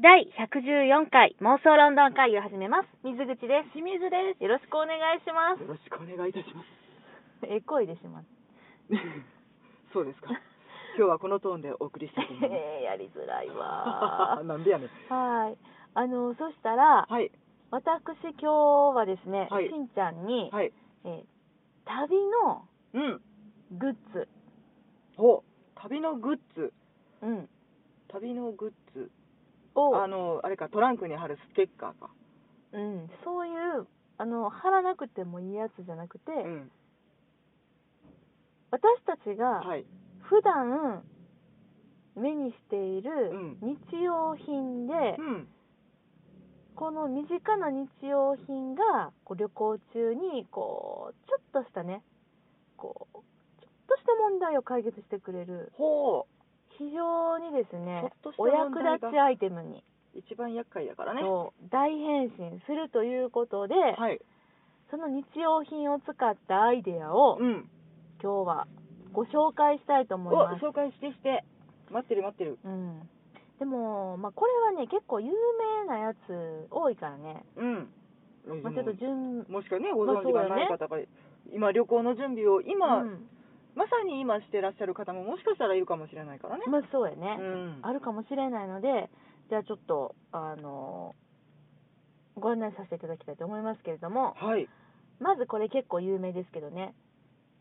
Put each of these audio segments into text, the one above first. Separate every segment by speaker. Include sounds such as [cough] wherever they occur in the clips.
Speaker 1: 第114回妄想ロンドン会議を始めます。水口です。
Speaker 2: 清水で。
Speaker 1: よろしくお願いします。
Speaker 2: よろしくお願いいたします
Speaker 1: えこいでします。
Speaker 2: す。 [laughs] そうです [laughs] か。今日はこのトーンでお送りしたいと思い
Speaker 1: えー、 [laughs] やりづらい
Speaker 2: ま
Speaker 1: わ
Speaker 2: す。
Speaker 1: ー。
Speaker 2: [laughs] なんでやねん。
Speaker 1: はい。あの、そしたら、
Speaker 2: [laughs] はい、
Speaker 1: 私今日はですね、
Speaker 2: はい
Speaker 1: しんちゃんに、
Speaker 2: はい。
Speaker 1: えー旅の
Speaker 2: うん。
Speaker 1: グッズ、
Speaker 2: お、旅のグッズ、
Speaker 1: うん、
Speaker 2: 旅のグッズ。
Speaker 1: を、
Speaker 2: あの、あれか、トランクに貼るステッカーか。
Speaker 1: うん、そういう、あの、貼らなくてもいいやつじゃなくて、
Speaker 2: うん。
Speaker 1: 私たちが
Speaker 2: はい。
Speaker 1: 普段目にしている
Speaker 2: うん
Speaker 1: 日用品で、
Speaker 2: うん。
Speaker 1: この身近な日用品がこう旅行中にこうちょっとしたねこうちょっとした問題を解決してくれる
Speaker 2: ほ
Speaker 1: 非常にですね
Speaker 2: ちょっとした
Speaker 1: お
Speaker 2: 問
Speaker 1: 役
Speaker 2: 題が
Speaker 1: 立ちアイテムに、
Speaker 2: う。一番厄介だからね。
Speaker 1: そう大変身するということで、
Speaker 2: はい。
Speaker 1: その日用品を使ったアイデアを
Speaker 2: うん。
Speaker 1: 今日はご紹介したいと思い
Speaker 2: お
Speaker 1: ま、す。
Speaker 2: 紹介してして。待ってる待ってる。
Speaker 1: うん、でも、まあ、これはね結構有名なやつ多いからね、
Speaker 2: うん。
Speaker 1: まあ、ちょっと順
Speaker 2: もしかね、ご存知がない
Speaker 1: まあ
Speaker 2: 方が、今旅行の準備を今、
Speaker 1: うん
Speaker 2: まさに今してらっしゃる方ももしかしたらいるかもしれないからね。
Speaker 1: まあそうやね、
Speaker 2: うん
Speaker 1: あるかもしれないので、じゃあちょっと、あのーご案内させていただきたいと思いますけれども、
Speaker 2: はい。
Speaker 1: まずこれ結構有名ですけどね、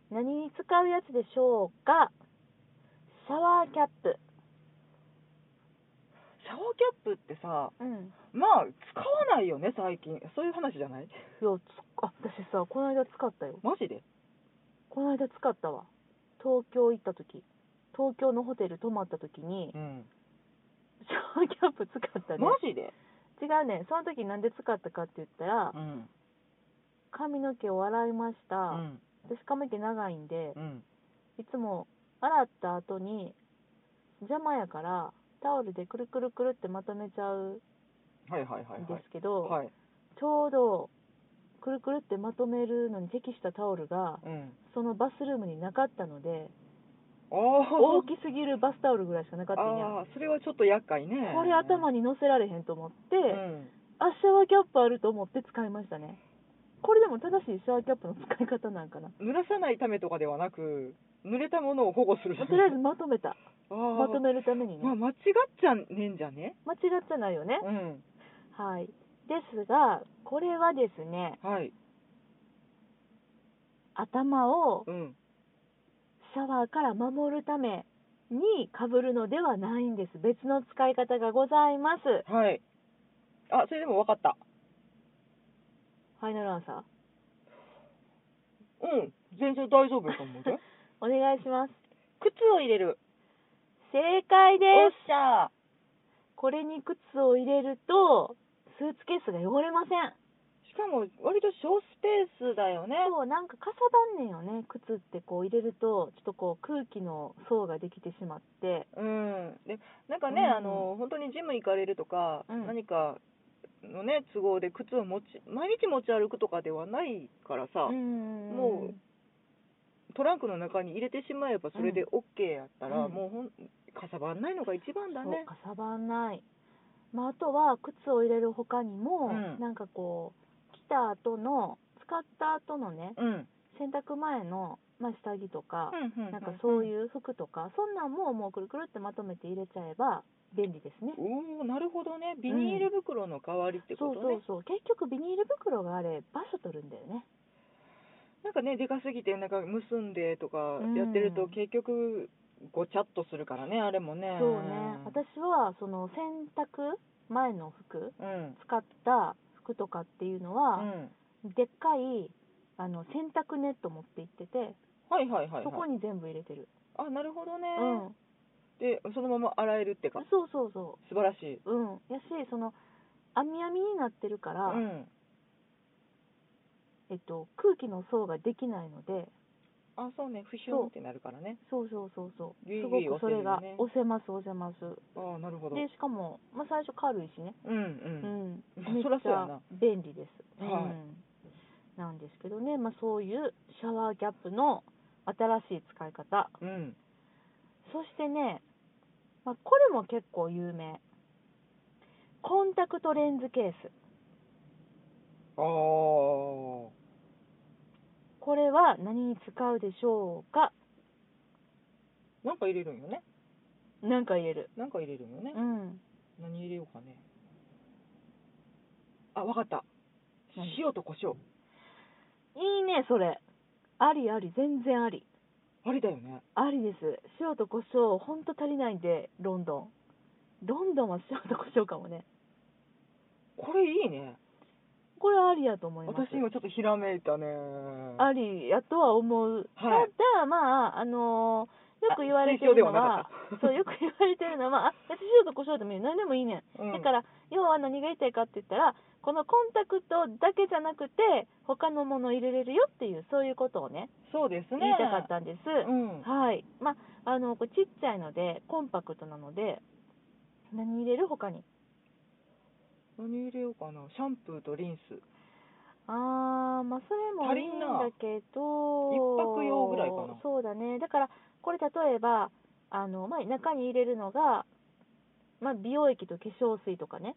Speaker 1: 何に使うやつでしょうか、シャワーキャップ。
Speaker 2: シャワーキャップってさ、
Speaker 1: うん。
Speaker 2: まあ、使わないよね、最近。そういう話じゃな
Speaker 1: い
Speaker 2: い [laughs]
Speaker 1: や、つあ私さ、この間使ったよ。
Speaker 2: マジで
Speaker 1: この間使ったわ。東京行った時東京のホテル泊まった時に
Speaker 2: う、ん。
Speaker 1: シャワーキャップ使ったね。
Speaker 2: マジで
Speaker 1: 違うね、その時なんで使ったかって言ったら
Speaker 2: う、ん。
Speaker 1: 髪の毛を洗いました。
Speaker 2: うん。
Speaker 1: 私髪の毛長いんで
Speaker 2: う、ん。
Speaker 1: いつも洗った後に邪魔やからタオルでくるくるくるってまとめちゃう
Speaker 2: はいはいはい
Speaker 1: んで
Speaker 2: はい。
Speaker 1: すけど、
Speaker 2: はい。
Speaker 1: ちょうどくるくるってまとめるのに適したタオルが
Speaker 2: うん。
Speaker 1: そのバスルームになかったので
Speaker 2: ああ。
Speaker 1: 大きすぎるバスタオルぐらいしかなかったんや
Speaker 2: ああ、それはちょっと厄介ね。
Speaker 1: これ頭に乗せられへんと思って、
Speaker 2: う
Speaker 1: アッ
Speaker 2: ん。
Speaker 1: あシャワーキャップあると思って使いましたねこれでも正しいシャワーキャップの使い方なんかな
Speaker 2: 濡らさないためとかではなく、濡れたものを保護する
Speaker 1: とりあえずまとめた
Speaker 2: [laughs] ああ。
Speaker 1: まとめるために
Speaker 2: まあ、
Speaker 1: ね
Speaker 2: 間違っちゃねえんじゃね
Speaker 1: 間違っちゃないよね、
Speaker 2: うん。
Speaker 1: はい、ですが、これはですね、
Speaker 2: はい。
Speaker 1: 頭を
Speaker 2: うん。
Speaker 1: シャワーから守るためにかぶるのではないんです、別の使い方がございます。
Speaker 2: はい。あ、それでも分かった。
Speaker 1: ファイナルアンサー、
Speaker 2: うん、全然大丈夫やと思う [laughs] で。
Speaker 1: [laughs] お願いします。
Speaker 2: 靴を入れる。
Speaker 1: 正解で
Speaker 2: おっ
Speaker 1: す。
Speaker 2: しゃ
Speaker 1: これに靴を入れると、スーツケースが汚れません。
Speaker 2: ーしかも、割と小スペースだよね。
Speaker 1: そう、なんかかさばんねんよね、靴ってこう入れると、ちょっとこう空気の層ができてしまって、
Speaker 2: うん。で、なんかね、
Speaker 1: うん
Speaker 2: あの、本当にジム行かれるとか、
Speaker 1: うん
Speaker 2: 何かのね、都合で靴を持ち、毎日持ち歩くとかではないからさ、
Speaker 1: ん
Speaker 2: もうトランクの中に入れてしまえばそれで OK やったら、
Speaker 1: うん
Speaker 2: もうほん、かさばんないのが一番だ
Speaker 1: そう
Speaker 2: ね。
Speaker 1: かさばんない、まあ、あとは靴を入れる他にも、
Speaker 2: うん
Speaker 1: なんかこう着た後の使った後のね
Speaker 2: うん。うん
Speaker 1: 洗濯前の、まあ、下着とか、
Speaker 2: うん
Speaker 1: なんかそう
Speaker 2: う。
Speaker 1: いう服とかそんなんももうくるくるってまとめて入れちゃえば便利ですね
Speaker 2: おおなるほどね。ビニール袋の代わりって
Speaker 1: そ
Speaker 2: こ
Speaker 1: う
Speaker 2: とね。
Speaker 1: そうそう結局ビニール袋があれ場所取るんだよね
Speaker 2: なんかね、でかすぎて、なんか結んでとか
Speaker 1: うん
Speaker 2: やってると、結局、ごちゃっとするからね、あれもね。
Speaker 1: そうね私はその洗濯前の服
Speaker 2: うん。
Speaker 1: 使った服とかっていうの
Speaker 2: う
Speaker 1: は、
Speaker 2: ん。
Speaker 1: でっかいあの洗濯ネット持って行ってて
Speaker 2: はいはいはい、はい。
Speaker 1: そこに全部入れてる。
Speaker 2: あ、なるほどね、
Speaker 1: うん。
Speaker 2: で、そのまま洗えるってか。
Speaker 1: そうそうそ
Speaker 2: 素晴らしい。
Speaker 1: う。うん。やし、その、網網になってるか
Speaker 2: う
Speaker 1: ら、
Speaker 2: ん。
Speaker 1: えっと、空気の層ができないので、
Speaker 2: あ、そうね、不臭ってなるからね。
Speaker 1: そうそうそうそう。
Speaker 2: ギュイ
Speaker 1: す
Speaker 2: ギュイ
Speaker 1: ごくそれが
Speaker 2: 押せるよね
Speaker 1: 押せます、押せます。
Speaker 2: あ、なるほど。
Speaker 1: で、しかも、まあ、最初軽いしね。
Speaker 2: うんう。
Speaker 1: うんん。
Speaker 2: うん
Speaker 1: めっ
Speaker 2: そら
Speaker 1: ち
Speaker 2: そうや
Speaker 1: ゃ
Speaker 2: な
Speaker 1: 便利です。
Speaker 2: はい
Speaker 1: うん。なんですけどね、まあ、そういうシャワーキャップの新しい使い方。
Speaker 2: うん。
Speaker 1: そしてね、まあ、これも結構有名。コンタクトレンズケース
Speaker 2: あー
Speaker 1: これは何に使うでしょうか
Speaker 2: なんか入れるんよね
Speaker 1: なんか言える
Speaker 2: なんか入れるんよね、
Speaker 1: うん
Speaker 2: 何入れようかねあわかった
Speaker 1: 何
Speaker 2: 塩と胡椒
Speaker 1: いいねそれありあり全然あり
Speaker 2: ありだよね
Speaker 1: ありです塩と胡椒ほんと足りないんでロンドンロンドンは塩と胡椒かもね
Speaker 2: これいいね
Speaker 1: これありやと思います
Speaker 2: 私今ちょっとひらめいたね
Speaker 1: ありやとは思う、
Speaker 2: はい
Speaker 1: ただまああのーよく言われてるのは
Speaker 2: あ推奨ではなかった
Speaker 1: そうよく言われてるのはあ私塩と胡椒でもいい何でもいいね、
Speaker 2: うん
Speaker 1: ん、だから要は何が言いたいかって言ったらこのコンタクトだけじゃなくて他のもの入れれるよっていうそういうことをね
Speaker 2: そうですね
Speaker 1: 言いたかったんです、
Speaker 2: うん
Speaker 1: はいまああのこれちっちゃいのでコンパクトなので何入れる他に
Speaker 2: 何入れようかなシャンプーとリンス
Speaker 1: あーまあそれも
Speaker 2: 足
Speaker 1: いい
Speaker 2: りん
Speaker 1: ん
Speaker 2: な
Speaker 1: だけど
Speaker 2: 一泊用ぐらいかな
Speaker 1: そうだねだからこれ例えばあの、まあ、中に入れるのが、まあ、美容液と化粧水とかね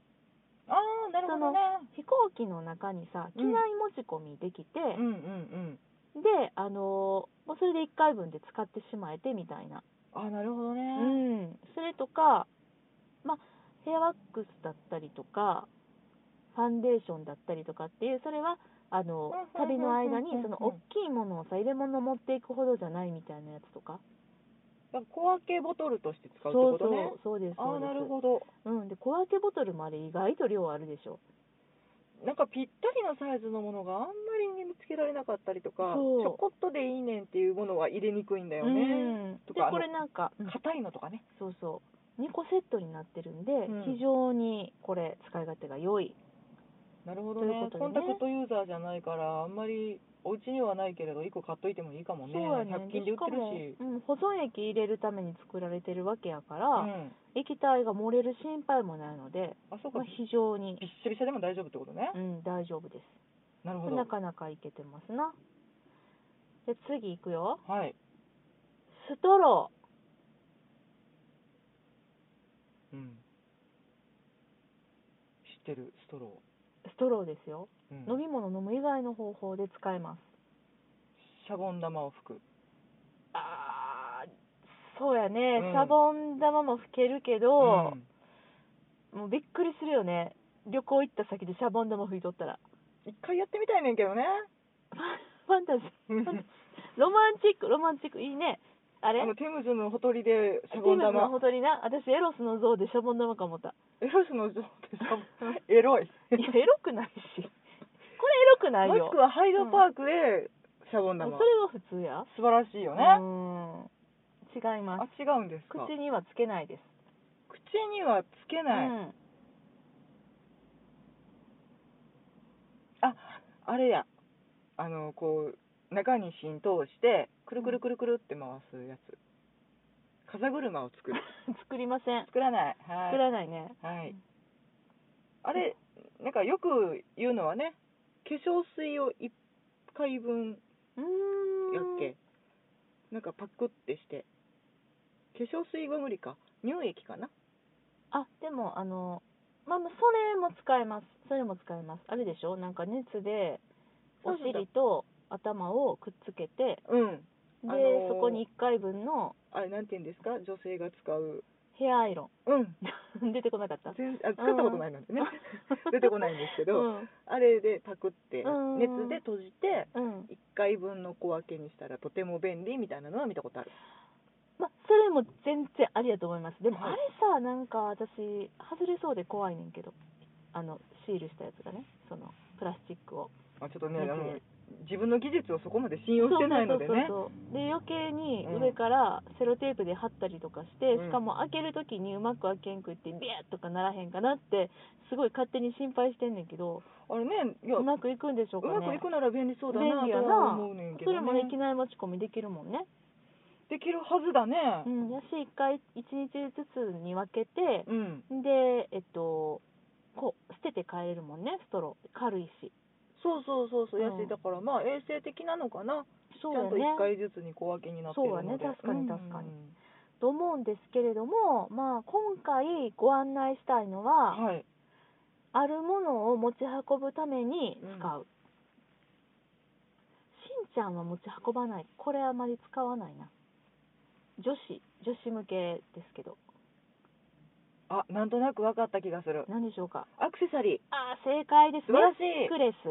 Speaker 2: ああなるほどね
Speaker 1: 飛行機の中にさ機内持ち込みできて、
Speaker 2: うんうんうん
Speaker 1: であのもうそれで1回分で使ってしまえてみたいな、
Speaker 2: あーなるほどね、
Speaker 1: うんそれとか、まあ、ヘアワックスだったりとかファンデーションだったりとかっていうそれはあの
Speaker 2: うんうんうんうんう
Speaker 1: 旅
Speaker 2: ん
Speaker 1: の間にその大きいものをさ入れ物持っていくほどじゃないみたいなやつとか
Speaker 2: だから小分けボトルとして使うっ
Speaker 1: そ
Speaker 2: てこ
Speaker 1: う
Speaker 2: とね
Speaker 1: そうそうです
Speaker 2: あ
Speaker 1: そ
Speaker 2: あ
Speaker 1: うです
Speaker 2: なるほど
Speaker 1: うん、で小分けボトルもあれ意外と量あるでしょ
Speaker 2: なんかぴったりのサイズのものがあんまり見つけられなかったりとかち
Speaker 1: そう
Speaker 2: ょこっとでいいねんっていうものは入れにくいんだよね、
Speaker 1: うん、
Speaker 2: と
Speaker 1: で
Speaker 2: かあ
Speaker 1: こ
Speaker 2: の
Speaker 1: れなんか、うん
Speaker 2: 硬いのとかね
Speaker 1: そうそう2個セットになってるんで、
Speaker 2: うん
Speaker 1: 非常にこれ使い勝手が良い
Speaker 2: なるほど
Speaker 1: とい
Speaker 2: ね
Speaker 1: うことでね
Speaker 2: コンタクトユーザーじゃないからあんまりお家にはないけれど1個買っといてもいいかもね
Speaker 1: そうやね
Speaker 2: 100均で売ってるし
Speaker 1: しかも、うん、保存液入れるために作られてるわけやから、
Speaker 2: うん、
Speaker 1: 液体が漏れる心配もないので、
Speaker 2: あそうか
Speaker 1: まあ、非常に
Speaker 2: び、っしょびしょでも大丈夫ってことね、
Speaker 1: うん、大丈夫です
Speaker 2: なるほど
Speaker 1: なかなかいけてますなで次いくよ
Speaker 2: はい
Speaker 1: ストロ
Speaker 2: うん知ってるストロ
Speaker 1: ーストローですよ、
Speaker 2: ー、うん
Speaker 1: 飲み物飲む以外の方法で使えます
Speaker 2: シャボン玉を吹く
Speaker 1: あーそうやね、
Speaker 2: うん
Speaker 1: シャボン玉も吹けるけど
Speaker 2: う、ん
Speaker 1: もうびっくりするよね旅行行った先でシャボン玉吹いとったら
Speaker 2: 一回やってみたいねんけどね
Speaker 1: ファンタ
Speaker 2: [laughs]
Speaker 1: ジーロマンチックロマンチックいいねあれ
Speaker 2: あのテムズのほとりでシ
Speaker 1: テ
Speaker 2: ャ
Speaker 1: ィ
Speaker 2: ボン
Speaker 1: ムズの
Speaker 2: 玉
Speaker 1: ほとりな私エロスの像でシャボン玉か思
Speaker 2: [laughs]
Speaker 1: った
Speaker 2: エロスの女王ってシャボンエロい
Speaker 1: いやエロくないしこれエロくない
Speaker 2: も
Speaker 1: よ
Speaker 2: しくはハイドパークでシャボン
Speaker 1: それ
Speaker 2: 玉、
Speaker 1: は普通や
Speaker 2: 素晴らしいよね、
Speaker 1: うーん違いま
Speaker 2: あ
Speaker 1: す
Speaker 2: 違うんですか
Speaker 1: 口にはつけないです
Speaker 2: 口にはつけない、
Speaker 1: うん、
Speaker 2: ああれやあのこう中に浸透してくるくるくるくるって回すやつ風車を [laughs] 作る
Speaker 1: [laughs] 作りません
Speaker 2: 作らないはい
Speaker 1: 作らないね
Speaker 2: はい、あれなんかよく言うのはね化粧水を1回分
Speaker 1: うー
Speaker 2: やっ
Speaker 1: ん
Speaker 2: けなんかパクってして化粧水は無理か乳液かな
Speaker 1: あでもあのまあまあそれも使えますそれも使えますあるでしょなんか熱で
Speaker 2: そ
Speaker 1: お
Speaker 2: うそうそう
Speaker 1: 尻と頭をくっつけて
Speaker 2: うん
Speaker 1: で、
Speaker 2: あのー
Speaker 1: そこに1回分の
Speaker 2: あれなんて言うんですか女性が使う
Speaker 1: ヘアアイロ
Speaker 2: うん
Speaker 1: ン [laughs] 出てこなかった
Speaker 2: 全あ使ったことないのでね [laughs] 出てこないんですけど、
Speaker 1: うん
Speaker 2: あれでパクって
Speaker 1: うん
Speaker 2: 熱で閉じて
Speaker 1: うん
Speaker 2: 1回分の小分けにしたらとても便利みたいなのは見たことある
Speaker 1: まあ、それも全然ありやと思います。でも
Speaker 2: は
Speaker 1: あ
Speaker 2: い
Speaker 1: れさ、なんか私、外れそうで怖いねんけど、あの、シールしたやつがね、その、プラスチックを。
Speaker 2: まあちょっとねあ
Speaker 1: 熱で
Speaker 2: の自分の技術をそこまで信用してないのでね
Speaker 1: そうそうそうそうで、余計に
Speaker 2: うん
Speaker 1: 上からセロテープで貼ったりとかして、
Speaker 2: うん
Speaker 1: しかも開けるときにうまく開けんくって、ビューとかならへんかなって、すごい勝手に心配してんねんけど、
Speaker 2: あれねいや
Speaker 1: う
Speaker 2: うま
Speaker 1: まくいくんでしょうかね。
Speaker 2: くいくなら便利そうだな
Speaker 1: 便利や
Speaker 2: と
Speaker 1: な
Speaker 2: は思うねんけ
Speaker 1: そ
Speaker 2: ど、
Speaker 1: れもね、機
Speaker 2: ね、
Speaker 1: 内持ち込みできるもんね。
Speaker 2: できるはずだね
Speaker 1: うん、やし、一回、一日ずつに分けて、
Speaker 2: うん
Speaker 1: で、えっと、こう、捨てて帰れるもんね、ストロー。軽いし。
Speaker 2: そうそうそうそう、安
Speaker 1: う
Speaker 2: い
Speaker 1: ん
Speaker 2: だからまあ衛生的なのかな、
Speaker 1: そう
Speaker 2: ちゃんと
Speaker 1: や
Speaker 2: 1
Speaker 1: ね。
Speaker 2: 回ずつに小分けになってるので
Speaker 1: そうだね確かに確かに
Speaker 2: うん
Speaker 1: と思うんですけれども、まあ、今回ご案内したいのは、
Speaker 2: はい
Speaker 1: あるものを持ち運ぶために使う、しんちゃんは持ち運ばないこれあまり使わないな女子女子向けですけど
Speaker 2: あなんとなく分かった気がする
Speaker 1: 何でしょうか
Speaker 2: アクセサリー
Speaker 1: あー正解です
Speaker 2: 素晴らしい
Speaker 1: ネックレス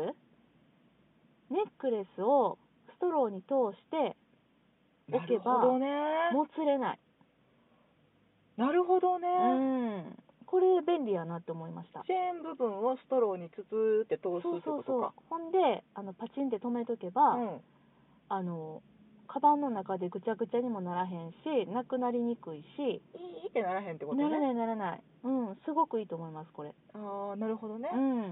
Speaker 1: ネックレスをストローに通して置
Speaker 2: な
Speaker 1: け
Speaker 2: る
Speaker 1: ば
Speaker 2: ほどね
Speaker 1: もつれない、
Speaker 2: なるほどね、
Speaker 1: うんこれ便利やなって思いました
Speaker 2: チェーン部分をストローにつつって
Speaker 1: そ
Speaker 2: 通
Speaker 1: う
Speaker 2: すって
Speaker 1: そうそ
Speaker 2: こと
Speaker 1: う
Speaker 2: か
Speaker 1: ほんであのパチンって止めとけば、
Speaker 2: うん
Speaker 1: あのカバンの中でぐちゃぐちゃにもならへんしなくなりにくいし
Speaker 2: いいってならへんってことね
Speaker 1: ならないならないうんすごくいいと思いますこれ
Speaker 2: ああなるほどね
Speaker 1: う、ん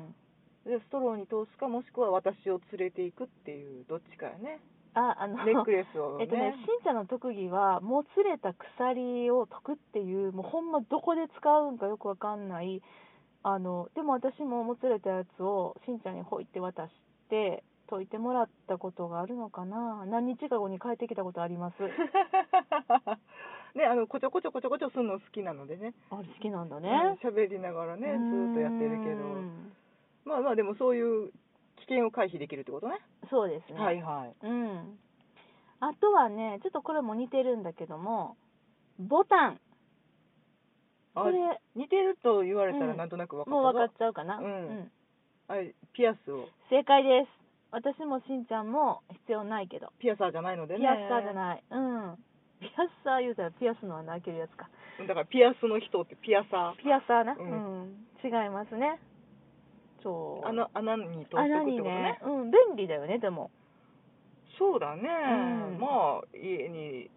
Speaker 2: でストローに通すかもしくは私を連れていくっていうどっちかや [laughs] ね
Speaker 1: ああの
Speaker 2: ネックレスを
Speaker 1: え
Speaker 2: ね
Speaker 1: っとね、しんちゃんの特技は、もつれた鎖を解くっていう、もうほんまどこで使うんかよくわかんない、あの、でも私ももつれたやつをしんちゃんにほいって渡して、解いてもらったことがあるのかな何日か後に帰ってきたことあり
Speaker 2: [laughs]
Speaker 1: ます。
Speaker 2: ねあのこちょこちょこちょこちょすんの好きなのでね
Speaker 1: あれ好きなんだね。
Speaker 2: うん喋りながらねずーっとやってるけ
Speaker 1: う
Speaker 2: ど
Speaker 1: ん
Speaker 2: まあまあでもそういう危険を回避できるってことね
Speaker 1: そうですね。
Speaker 2: はいはい
Speaker 1: うん。あとはね、ちょっとこれも似てるんだけども、ボタン。
Speaker 2: あ
Speaker 1: これ、
Speaker 2: 似てると言われた
Speaker 1: う
Speaker 2: ら
Speaker 1: ん
Speaker 2: なんとなく分かった
Speaker 1: もう分かっ
Speaker 2: か
Speaker 1: ちゃうかな。
Speaker 2: うんあれピアスを
Speaker 1: 正解です私もしんちゃんも必要ないけど
Speaker 2: ピアサーじゃないの
Speaker 1: ピ
Speaker 2: で
Speaker 1: ア
Speaker 2: ね
Speaker 1: ッサーじゃないうんピアッサー言うたらピアスの穴開けるやつか
Speaker 2: だからピアスの人ってピアサー
Speaker 1: ピアッサーなう
Speaker 2: うんん、
Speaker 1: 違いますねそう
Speaker 2: 穴穴に通しておくって
Speaker 1: 穴
Speaker 2: こと
Speaker 1: に
Speaker 2: ね
Speaker 1: ねうん便利だよねでも
Speaker 2: そうだね、
Speaker 1: うん
Speaker 2: まあ家に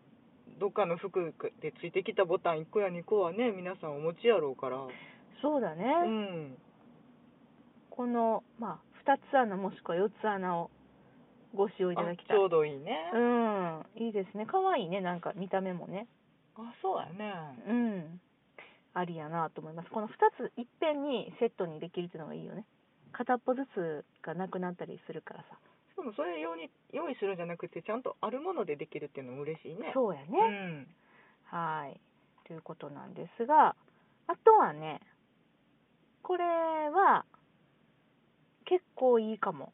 Speaker 2: どっかの服でついてきたボタン1個や2個はね皆さんお持ちやろうから
Speaker 1: そうだね、
Speaker 2: うん
Speaker 1: このまあ2つ穴もしくは4つ穴をご使用いただきた
Speaker 2: あ
Speaker 1: い
Speaker 2: ちょうどいいね、
Speaker 1: うんいいですね可愛いねなんか見た目もね
Speaker 2: あそうやね
Speaker 1: うんありやなと思いますこの2ついっぺんにセットにできるっていうのがいいよね片っぽずつがなくなったりするからさ、
Speaker 2: しかもそれ用に用意するんじゃなくてちゃんとあるものでできるっていうのも嬉しいねう
Speaker 1: そうやね、
Speaker 2: ね
Speaker 1: はいということなんですがあとはねこれは結構いいかも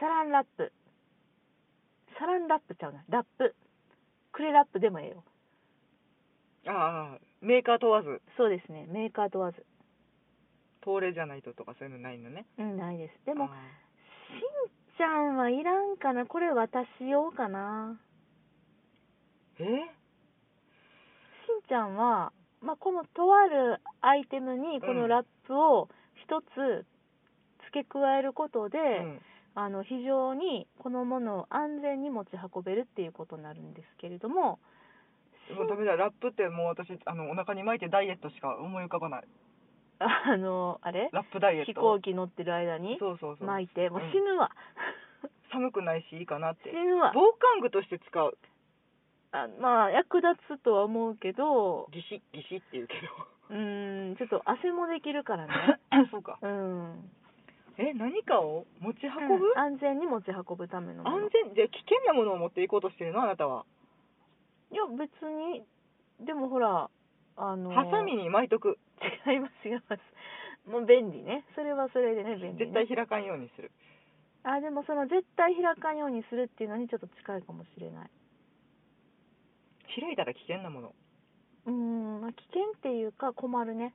Speaker 1: サランラップサランラップちゃうなラップクレラップでもええよ
Speaker 2: うんああメーカー問わず
Speaker 1: そうですねメーカー問わず
Speaker 2: 東レじゃないととかそういうのないのね
Speaker 1: うんないですでも
Speaker 2: あ
Speaker 1: しんちゃんはいらんかなこれ私用かな
Speaker 2: ーえ
Speaker 1: しんちゃんは、まあ、このとあるアイテムにこのラップを一つ付け加えることで、
Speaker 2: うん
Speaker 1: あの非常にこのものを安全に持ち運べるっていうことになるんですけれどもしん
Speaker 2: もうダメだラップってもう私あのお腹に巻いてダイエットしか思い浮かばない
Speaker 1: あのあれ
Speaker 2: ラップダイエット
Speaker 1: 飛行機乗ってる間に
Speaker 2: そうそうそう
Speaker 1: 巻いてもう
Speaker 2: うん
Speaker 1: 死ぬわ、
Speaker 2: 寒くないしいいかなって
Speaker 1: 死ぬわ
Speaker 2: 防寒具として使う
Speaker 1: あまあ役立つとは思うけど
Speaker 2: ギシッギシッって言うけ
Speaker 1: [laughs] うーんちょっと汗もできるからね
Speaker 2: どそうか
Speaker 1: うん
Speaker 2: え何かを持ち運ぶ、
Speaker 1: うん安全に持ち運ぶためのもの
Speaker 2: 安全じゃあ危険なものを持っていこうとしてるのあなたはい
Speaker 1: や別にでもほらあの
Speaker 2: ハサミに巻いとく
Speaker 1: 違います違いますもう便利ねそれはそれでね便利ね
Speaker 2: 絶対開かんようにする
Speaker 1: あでもその絶対開かんようにするっていうのにちょっと近いかもしれない
Speaker 2: 開いたら危険なもの
Speaker 1: うーんまあ危険っていうか困るね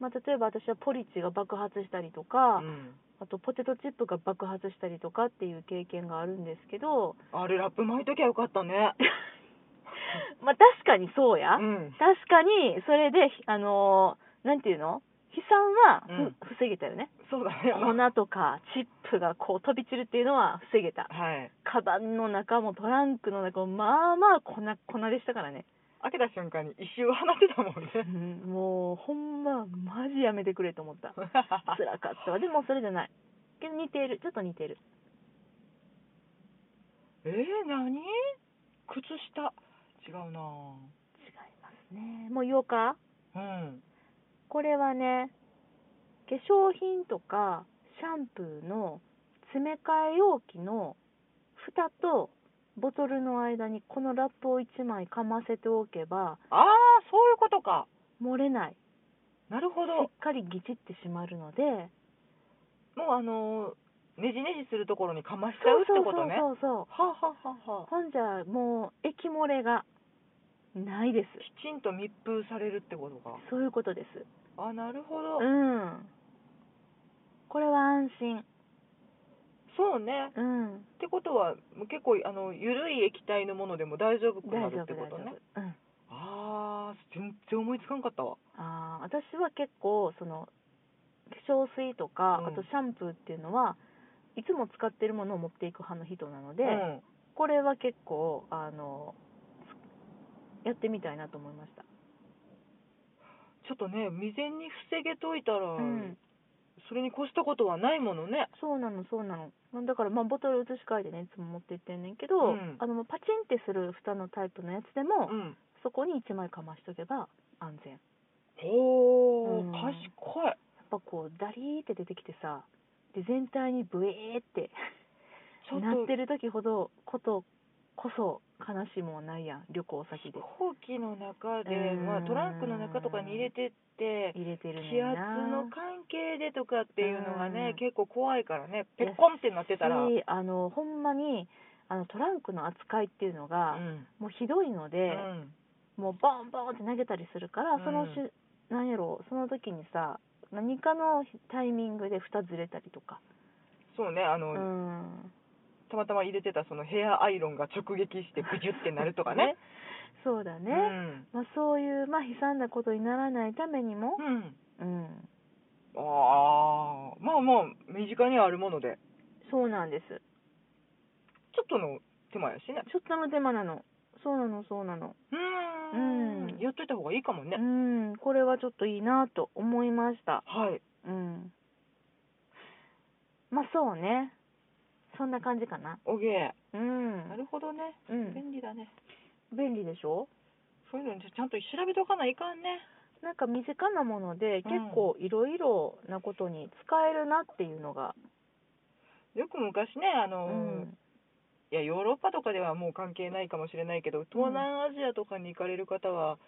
Speaker 1: まあ例えば私はポリチが爆発したりとか、
Speaker 2: うん、
Speaker 1: あとポテトチップが爆発したりとかっていう経験があるんですけ
Speaker 2: [laughs]
Speaker 1: ど
Speaker 2: あれラップ巻いときゃよかったね
Speaker 1: まあ確かにそうや、
Speaker 2: うん
Speaker 1: 確かにそれでひあのーなんていうの悲惨はふ、
Speaker 2: うん
Speaker 1: 防げたよね
Speaker 2: そうだねまあ
Speaker 1: 粉とかチップがこう飛び散るっていうのは防げた
Speaker 2: はい
Speaker 1: カバンの中もトランクの中もまあまあ粉粉でしたからね、
Speaker 2: 開けた瞬間に一周放ってたもん
Speaker 1: う
Speaker 2: ね
Speaker 1: んもうほんまマジやめてくれと思った
Speaker 2: [laughs]
Speaker 1: 辛かったわでもそれじゃないけど似てるちょっと似てる
Speaker 2: えー、何靴下違うな
Speaker 1: 違いますねもう言おうか
Speaker 2: うん
Speaker 1: これはね化粧品とかシャンプーの詰め替え容器の蓋とボトルの間にこのラップを1枚かませておけば
Speaker 2: ああそういうことか
Speaker 1: 漏れない
Speaker 2: なるほど
Speaker 1: しっかりぎちってしまるので
Speaker 2: もうあのーねじねじするところにかましちゃうってことね
Speaker 1: そうそうそうそう
Speaker 2: はあはあはあはあ
Speaker 1: ほんじゃもう液漏れがないです
Speaker 2: きちんと密封されるってことか
Speaker 1: そういうことです
Speaker 2: あなるほど、
Speaker 1: うんこれは安心
Speaker 2: そうね
Speaker 1: うん
Speaker 2: ってことはもう結構あの緩い液体のものでも大丈夫くな
Speaker 1: 大丈
Speaker 2: るっ
Speaker 1: 夫
Speaker 2: てこ
Speaker 1: 大丈
Speaker 2: と
Speaker 1: 夫、
Speaker 2: ね
Speaker 1: うん
Speaker 2: ああ全然思いつかんかったわ
Speaker 1: あー私は結構その化粧水とか、
Speaker 2: うん
Speaker 1: あとシャンプーっていうのはいつも使ってるものを持っていく派の人なので、
Speaker 2: うん
Speaker 1: これは結構あのつやってみたいなと思いました、
Speaker 2: ちょっとね未然に防げといたら、
Speaker 1: うん、
Speaker 2: それに越したことはないものね
Speaker 1: そうなのそうなのまあだからまあボトル移し替えてねいつも持って行ってんねんけど、
Speaker 2: うん
Speaker 1: あのパチンってする蓋のタイプのやつでも、
Speaker 2: うん
Speaker 1: そこに1枚かましとけば安全やっ
Speaker 2: ほ
Speaker 1: う
Speaker 2: ー、
Speaker 1: ん
Speaker 2: 賢い
Speaker 1: ぱこうダリーって出てきてさで全体にブエーって
Speaker 2: ちょっと
Speaker 1: なってる時ほどことこそ悲しいもんはないやん旅行先
Speaker 2: 飛
Speaker 1: で
Speaker 2: 行機の中
Speaker 1: う
Speaker 2: で、
Speaker 1: ん
Speaker 2: まあ、トランクの中とかに入れてって
Speaker 1: 入れてるね
Speaker 2: 気
Speaker 1: ん
Speaker 2: 圧
Speaker 1: な
Speaker 2: の関係でとかっていうのが
Speaker 1: う
Speaker 2: ね
Speaker 1: ん
Speaker 2: 結構怖いからねペッコンってなってたら、うん
Speaker 1: しあのほんまにあのトランクの扱いっていうのが、もうひどいの
Speaker 2: う
Speaker 1: で、
Speaker 2: ん
Speaker 1: もうボンボンって投げたりするからそのし、
Speaker 2: う
Speaker 1: なんやろその時にさ何かのタイミングで蓋ずれたりとか
Speaker 2: そうねあ
Speaker 1: う
Speaker 2: の、
Speaker 1: ん
Speaker 2: たまたま入れてたそのヘアアイロンが直撃してぐじゅってなる
Speaker 1: [laughs]
Speaker 2: とかね
Speaker 1: そうだね、
Speaker 2: うん
Speaker 1: まあ、そういう、まあ、悲惨なことにならないためにも
Speaker 2: う、ん、
Speaker 1: うん、
Speaker 2: ああまあまあ身近にあるもので
Speaker 1: そうなんです
Speaker 2: ちょっとの手間やしね
Speaker 1: ちょっとの手間なのそうなのそうなの
Speaker 2: う
Speaker 1: うん
Speaker 2: やっといた方がいいかもね、
Speaker 1: うんこれはちょっといいなと思いました
Speaker 2: はい
Speaker 1: うんまあそうねそんな感じかな
Speaker 2: おげ
Speaker 1: うん
Speaker 2: なるほどね
Speaker 1: うん
Speaker 2: 便利だね
Speaker 1: 便利でしょ
Speaker 2: そういうのにちゃんと調べとかないかんね
Speaker 1: なんか身近なもので
Speaker 2: うん
Speaker 1: 結構いろいろなことに使えるなっていうのが、
Speaker 2: よく昔ねあ
Speaker 1: う
Speaker 2: の、
Speaker 1: ん、
Speaker 2: いやヨーロッパとかではもう関係ないかもしれないけど東南アジアとかに行かれる方は、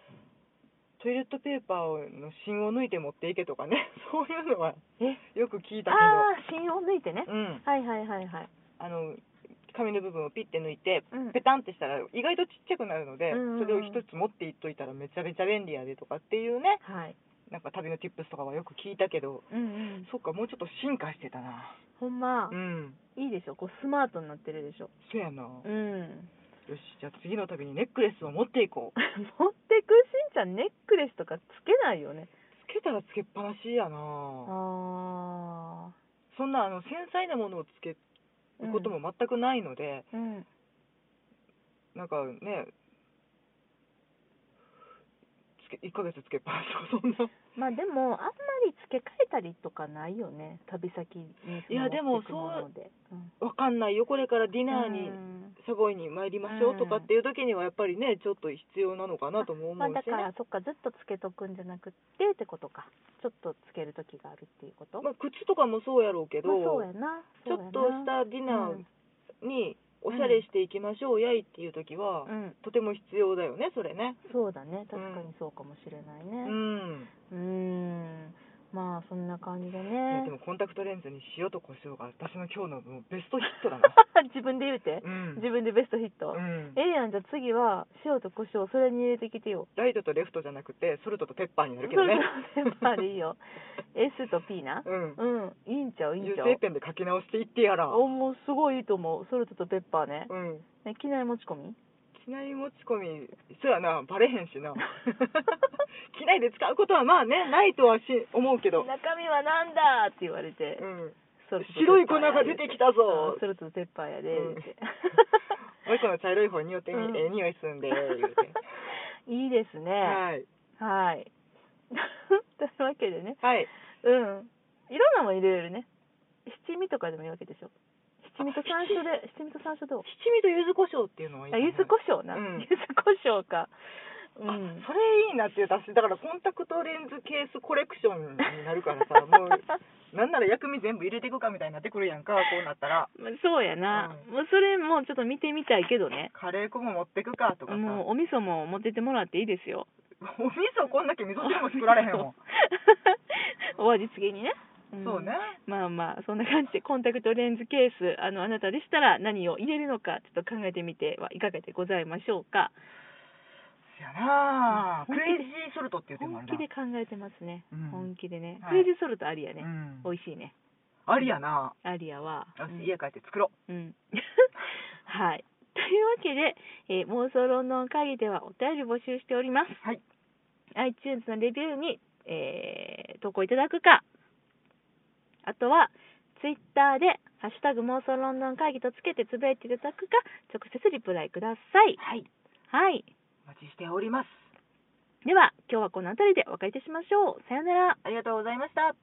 Speaker 2: トイレットペーパーの芯を抜いて持っていけとかね [laughs] そういうのは
Speaker 1: え
Speaker 2: よく聞いた
Speaker 1: ああー芯を抜いてね
Speaker 2: け、ど、うん、
Speaker 1: はいはいはいはい
Speaker 2: あの紙の部分をピッて抜いて
Speaker 1: うん
Speaker 2: ペタンってしたら意外とちっちゃくなるので、
Speaker 1: うんうんうん
Speaker 2: それを一つ持っていっといたらめちゃめちゃ便利やでとかっていうね
Speaker 1: はい
Speaker 2: なんか旅の tips とかはよく聞いたけど、
Speaker 1: うんうん
Speaker 2: そっかもうちょっと進化してたな
Speaker 1: ほんま
Speaker 2: うん
Speaker 1: いいでしょこうスマートになってるでしょ
Speaker 2: そやな、
Speaker 1: う
Speaker 2: よ
Speaker 1: ん
Speaker 2: しじゃあ次の旅にネックレスを持っていこう
Speaker 1: [laughs] 持ってくしんちゃんネックレスとかつけないよね
Speaker 2: つけたらつけっぱなしやな
Speaker 1: ああ
Speaker 2: そんなあの繊細なものをつけることも全くないので、
Speaker 1: うん
Speaker 2: なんかねつけ1ヶ月つけっぱなしとかそんな
Speaker 1: [laughs] まあでもあんまり付け替えたりとかないよね旅先に
Speaker 2: いやでも
Speaker 1: 持ってくものでうん
Speaker 2: わかんないよこれからディナーに、
Speaker 1: うん
Speaker 2: サボイに参りましょうとかっていう時にはやっぱりねちょっと必要なのかなとも思
Speaker 1: まあ
Speaker 2: うしね
Speaker 1: だからそっかずっとつけとくんじゃなくってってことかちょっとつける時があるっていうこと
Speaker 2: まあ靴とかもそうやろうけど、
Speaker 1: まあそうやな
Speaker 2: ちょっとしたディナーにおしゃれしていきましょうやいっていう時は、
Speaker 1: そうやなうん、うん
Speaker 2: とても必要だよねそれね
Speaker 1: そうだね確かにそうかもしれないうね
Speaker 2: ん、
Speaker 1: うんんまあそんな感じで
Speaker 2: いや
Speaker 1: ね
Speaker 2: でもコンタクトレンズに塩と胡椒が私の今日のもうベストヒットだな
Speaker 1: [laughs] 自分で言うて
Speaker 2: う、ん
Speaker 1: 自分でベストヒット、
Speaker 2: うん
Speaker 1: ええやんじゃあ次は塩と胡椒それに入れてきてよ
Speaker 2: ライトとレフトじゃなくてソルトとペッパーになるけどね
Speaker 1: それとペッパーでいいよ
Speaker 2: [laughs]
Speaker 1: S と P な
Speaker 2: うん
Speaker 1: うんいいんちゃういいんち
Speaker 2: 油
Speaker 1: ゃ
Speaker 2: 性
Speaker 1: う
Speaker 2: ペンで書き直していってやら
Speaker 1: おもうすごいいいと思うソルトとペッパーね
Speaker 2: うん
Speaker 1: ね機内持ち込み
Speaker 2: 機内持ち込みそやなバレへんしな [laughs] 機内で使うことはまあねないとはし思うけど、
Speaker 1: 中身はなんだって言われて、
Speaker 2: うん、
Speaker 1: ソルトとペッパー
Speaker 2: 白い粉が出てきたぞ
Speaker 1: あソルトとペッパーやで、
Speaker 2: うん
Speaker 1: っ
Speaker 2: [laughs]
Speaker 1: て
Speaker 2: もう一個の茶色い方によって、
Speaker 1: うん
Speaker 2: ええ匂いす
Speaker 1: [laughs]
Speaker 2: んで言うて
Speaker 1: いいですね
Speaker 2: はい
Speaker 1: はい [laughs] というわけでね
Speaker 2: はい
Speaker 1: うんいろんなもん入れれるね七味とかでもいいわけでしょ七味と山椒で七味と山椒どう
Speaker 2: 七味と柚子胡椒っていうのはいい
Speaker 1: あ
Speaker 2: かな
Speaker 1: 柚子胡椒な、
Speaker 2: うん
Speaker 1: 柚子胡椒かう
Speaker 2: あ
Speaker 1: ん
Speaker 2: それいいなっていう私だからコンタクトレンズケースコレクションになるか
Speaker 1: [laughs]
Speaker 2: らさもうなんなら薬味全部入れていくかみたいになってくるやんかこうなったら
Speaker 1: まあそうやな、
Speaker 2: う
Speaker 1: もうそれもちょっと見てみたいけどね
Speaker 2: カレー粉も持ってくかとかさ
Speaker 1: もうお味噌も持ってってもらっていいですよ
Speaker 2: お味噌こんだけ味噌汁も作られへんもん
Speaker 1: [laughs] お味付けにね、ん
Speaker 2: そうね
Speaker 1: まあまあそんな感じでコンタクトレンズケースあのあなたでしたら何を入れるのかちょっと考えてみてはいかがでございましょうか
Speaker 2: そやなあ
Speaker 1: うん
Speaker 2: クレイジーソルトっていう手もあ
Speaker 1: 本
Speaker 2: るな
Speaker 1: 気で考えてますね、
Speaker 2: うん
Speaker 1: 本気でね
Speaker 2: はい
Speaker 1: クレイジーソルトありやね、
Speaker 2: うん
Speaker 1: 美味しいね
Speaker 2: ありやな
Speaker 1: アリアは
Speaker 2: よ
Speaker 1: うん
Speaker 2: し家帰って作ろ
Speaker 1: うん [laughs] はいというわけで、えー、妄想論の会議ではお便り募集しております
Speaker 2: うはい
Speaker 1: iTunes のレビューに、えー投稿いただくか、あとは、ツイッターで、ハッシュタグ妄想ロンドン会議とつけてつぶやいていただくか、直接リプライください。
Speaker 2: はい
Speaker 1: はい。
Speaker 2: お待ちしております
Speaker 1: では、今日はこの辺りでお別れいたしましょう。さようなら。
Speaker 2: ありがとうございました